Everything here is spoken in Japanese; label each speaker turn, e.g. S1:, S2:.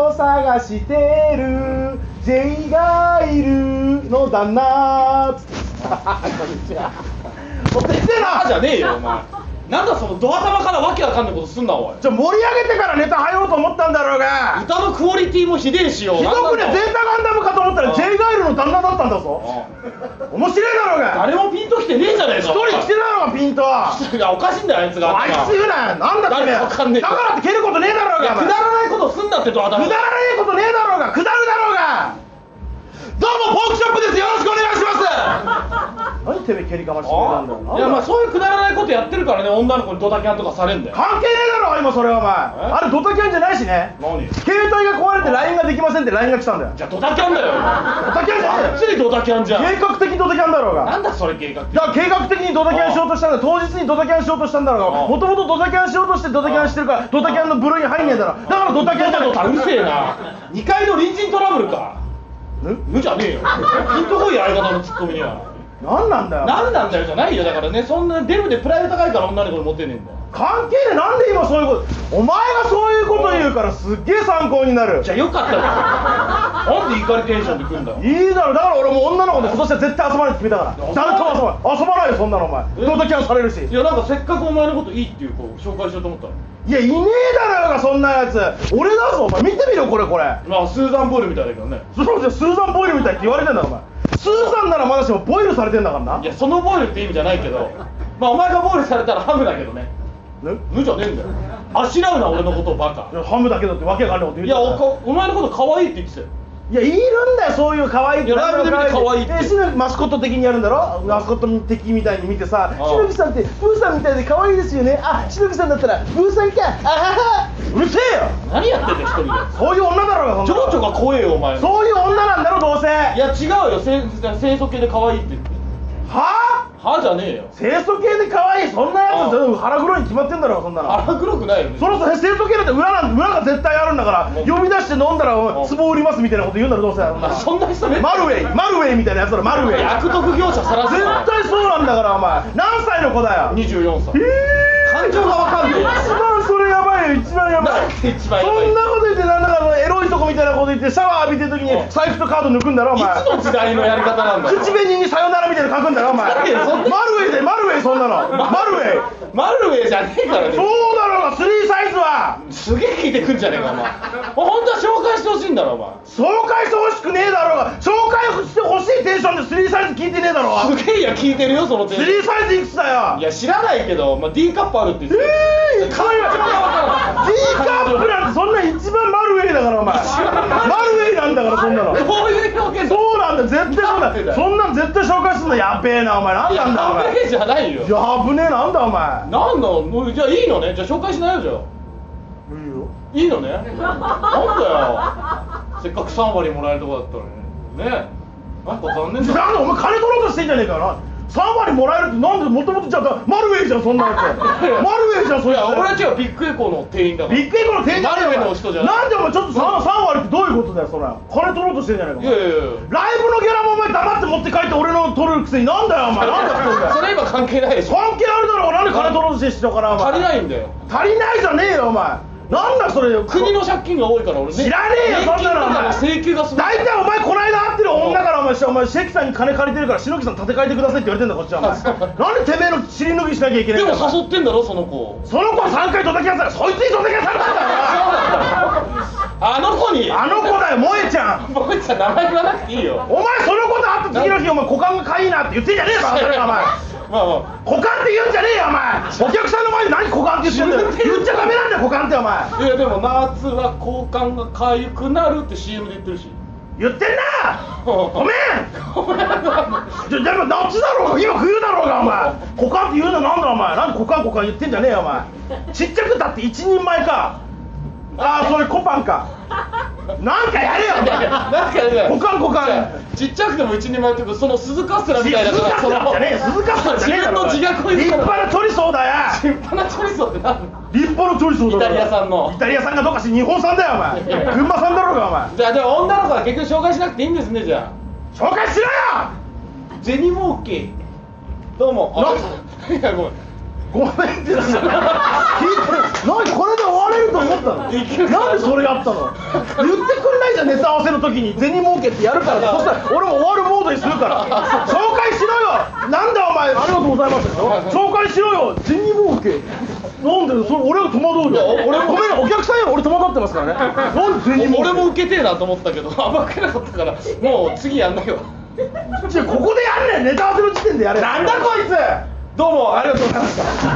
S1: を探してる J がいるのだなつってこんにちは持ってきて
S2: あ
S1: な
S2: じゃねえよお前なんだそのド頭からわけわかんないことすんなおい
S1: じゃあ盛り上げてからネタ入ろうと思ったんだろうが
S2: 歌のクオリティもひでえしよ
S1: ひどくね
S2: なんなんだ
S1: ゼータガンダムかと思った
S2: う
S1: ら
S2: ん
S1: J ガイルの旦那だったんだぞ
S2: うん
S1: 面白いだろうが
S2: 誰もピンときてねえじゃねえ
S1: 一
S2: か
S1: 人来てたのがピンとあ
S2: いやおかしいんだよあいつが
S1: いつ言うななんだてめえ
S2: 誰かわかんねえ
S1: だからって蹴ることねえだろ
S2: い
S1: う
S2: や
S1: がお
S2: くだ
S1: 前
S2: らないことすんなってドア
S1: くだらね
S2: 頭
S1: えことねえだろうがくだるだろうが
S2: どうもポークショップですよろしくお願いします
S1: 何てめえ蹴りかましてくれたんだよなんだ
S2: いやまあそういうくだらないことやってるからね女の子にドタキャンとかされんだよ
S1: 関係ねえだろ今それはお前
S2: え
S1: あれドタキャンじゃないしね
S2: 何
S1: 携帯が壊れて LINE ができませんって LINE が来たんだよ
S2: じゃあドタキャンだよ
S1: ドタキャンじゃね
S2: ついドタキャンじゃ
S1: え
S2: ん
S1: よ計画的にドタキャンだろう
S2: な
S1: が
S2: んだそれ計画って
S1: だから計画的にドタキャンしようとしたんだ当日にドタキャンしようとしたんだろ
S2: あ
S1: うがもともとドタキャンしようとしてドタキャンしてるからドタキャンの部類に入んねえだろだからドタキャンじゃね
S2: ドタうるせえな2階の隣人トラブルか
S1: え
S2: 無じゃねえよピンとこいよ相方のツッコミには
S1: 何なんだよ
S2: 何なんだよじゃないよだからねそんなデブでプライド高いから女の子にモテねえんだよ
S1: 関係ねえなんで今そういうことお前がそういうこと言うからすっげえ参考になる
S2: じゃあよかったよなんで怒りテンションで来るんだよ
S1: いいだろだから俺もう女の子と今年は絶対遊ばないって決めたから誰とも遊ばない遊ばないよそんなのお前ドタキャンされるし
S2: いやなんかせっかくお前のこといいっていう子を紹介しようと思ったの
S1: いやいねえだろうがそんなやつ俺だぞお前見てみろこれこれ
S2: まあスーザン・ボイルみたいだけどね
S1: そうじゃスーザン・ボイルみたいって言われてんだろお前スーザンならまだしもボイルされてんだからない
S2: やそのボイルって意味じゃないけどまあお前がボイルされたらハムだけどね
S1: ね
S2: 無じゃねえんだよあしらうな俺のことをバカ
S1: ハムだけどってわけがあること言う
S2: い
S1: て
S2: や
S1: た
S2: おかお前のこと可愛いって言ってたよ
S1: いやいるんだよそういう可愛い
S2: いやライブで見て可愛いって
S1: えしのマスコット的にやるんだろマスコット的みたいに見てさ
S2: ああ
S1: しのぎさんってブーさんみたいで可愛いですよねあしのぎさんだったらブーさんかあははうるせえよ
S2: 何やってんだよ一人で
S1: そういう女だろうがそんなの
S2: 情緒が怖えよお前の
S1: そういう女なんだろどうせ
S2: いや違うよせ清楚系で可愛いって言って
S1: はあ
S2: 歯じゃねえよ
S1: 清楚系で可愛いそんなや
S2: ああ
S1: つうん腹黒いに決まってんだろそんなの
S2: 腹黒くないよね
S1: そろそろ清楚系なんて裏なん裏が絶対あるんだから
S2: うん
S1: 呼び出して飲んだら
S2: う
S1: お
S2: ん
S1: い壺売りますみたいなこと言うんだろどうせ
S2: まあそんな人ね
S1: マルウェイマルウェイみたいなやつだろマルウェイ
S2: 悪
S1: 絶
S2: 徳業者さらすな
S1: 対そうなんだからお前何歳の子だよ
S2: 24歳
S1: ええ
S2: 感情がわかんねえ
S1: 一番それやばいよ一番やば
S2: なん
S1: い
S2: で一番やばい
S1: そんなこと言ってなんだかあのエロいとこみたいなこと言ってシャワー浴びてる時
S2: うん
S1: に財布とカード抜くんだろお前
S2: いつの時代のやり方なんだよ
S1: 口紅にさよならみたいなの書くんだろお前マ
S2: いやそんな
S1: ルウェイでマルウェイそんなのマルウェイ
S2: マルウェイじゃねえからね
S1: そうだろうがスリーサイズは
S2: すげえ聞いてくんじゃねえかお前本当は紹介してほしいんだろお
S1: 紹介してほしくねえだろうが紹介してほしいテンションでスリーサイズ聞いてねえだろうが
S2: 前すげえいや聞いてるよその点
S1: スリーサイズいくつだよ
S2: いや知らないけど、まあ、D カップあるって言って た
S1: ええー、かわいい
S2: 感情がわからん
S1: D カップなんてそんな一番マルウェイだからお前マルウェイなんだからそんなの
S2: どういう表現だ
S1: そうなんだよ絶対そう
S2: なんでだ
S1: だ
S2: よ
S1: そんなん絶対紹介すんのやべえなお前なんなんだお前
S2: マルウェイじゃないよ
S1: いや危ねえなんだお前
S2: なんのもうじゃあいいのねじゃあ紹介しないよじゃ
S1: いいよ
S2: あいいのねなんだよせっかく3割もらえるとこだったのにねねなんか残念だ
S1: なんでお前金取ろうとしてんじゃねえかよな3割もらえるってなんでもともとじゃあマルウェイじゃんそんなやつ マルウェイじゃん
S2: い
S1: そいつ
S2: や俺は違うビッグエコーの店員だから
S1: ビッグエコの店長だよ
S2: マルウェイの人じゃない
S1: なんでお前ちょっと 3, 三割ってどういうことだよそれ金取ろうとしてんじゃないか
S2: い
S1: お前
S2: やいやいや
S1: ライブのギャラもお前黙って持って帰って俺の取るくせになんだよお前なんだよそ
S2: それ
S1: れ
S2: 今関係ないでしょ
S1: 関係あるだろうがなんで金取ろうとしてんだからお前
S2: 足りないんだよ
S1: 足りないじゃねえよお前なんだそれ
S2: 国の借金が多いから俺ね
S1: 知らねえよそん
S2: 年金
S1: なの
S2: とかの請求がすごい
S1: 大体お前この間会ってる女からお前お前シェキさんに金借りてるからしのぎさん立て替えてくださいって言われてんだこっちはお前なんでてめえの尻脱ぎしなきゃいけない
S2: で
S1: ん
S2: も
S1: だよ
S2: 誘ってんだろその 子
S1: その子は3回叩きやされそいつに叩きやされたんだ
S2: あの子に
S1: よお前あの子だよ萌えちゃん
S2: 僕ちゃん名前言わなくていいよ
S1: お前その子と会った次の日お前股間がかいいなって言ってんじゃねえよバカ野郎お前
S2: まあま
S1: 股間って言うんじゃねえよお前お客さんの前で何股間って言ってんだよ
S2: 自分で
S1: 言っちゃダメなんだよ股間ってお前
S2: あいやでも夏は好感がかゆくなるって CM で言ってるし
S1: 言ってんなごめん
S2: ごめん
S1: じゃでも夏だろうが今冬だろうがお前股間って言うのなんだお前なんで股間股間言ってんじゃねえよお前ちっちゃくだって一人前かああそれコパンかなんかやれよお前
S2: なんかね
S1: 股間股間
S2: ちっちゃくても一人前っていうかその鈴カステラみ
S1: 鈴
S2: たいな
S1: カステラじゃねえよ鈴カステラじゃねえだろ
S2: 自分の自虐を言
S1: 立
S2: うから
S1: 派なチョリソーだよ
S2: 立派なチョリソーってなんだ
S1: 立派なチョリソーだ
S2: イ
S1: よ
S2: タリア産の
S1: イタリア産がどうかし日本産だよお前群馬産だろうがお前
S2: じゃあでも女の子は結局紹介しなくていいんですねじゃ
S1: 紹介しろよ
S2: あ銭儲けどうもあ
S1: なん
S2: いやごめん
S1: ごめんってなんだよ聞いてるなんかこれで終われるると思ったのなん
S2: いける
S1: でそれやったの言ってくんないじゃんネタ合わせの時に銭儲けってやるからって そしたら俺も終わるモードにするから紹介しろよなんだお前ありがとうございますでしょ紹介しろよ銭儲けなんでそれ俺は戸惑うよ
S2: いや俺も
S1: ごめんねお客さんより俺戸惑ってますからねなんで銭儲け
S2: 俺も受けてえなと思ったけどあんま受けなかったからもう次やんないわ
S1: じゃあここでやんねんネタ合わせの時点でやれなんだこいつ
S2: どうもありがとうございました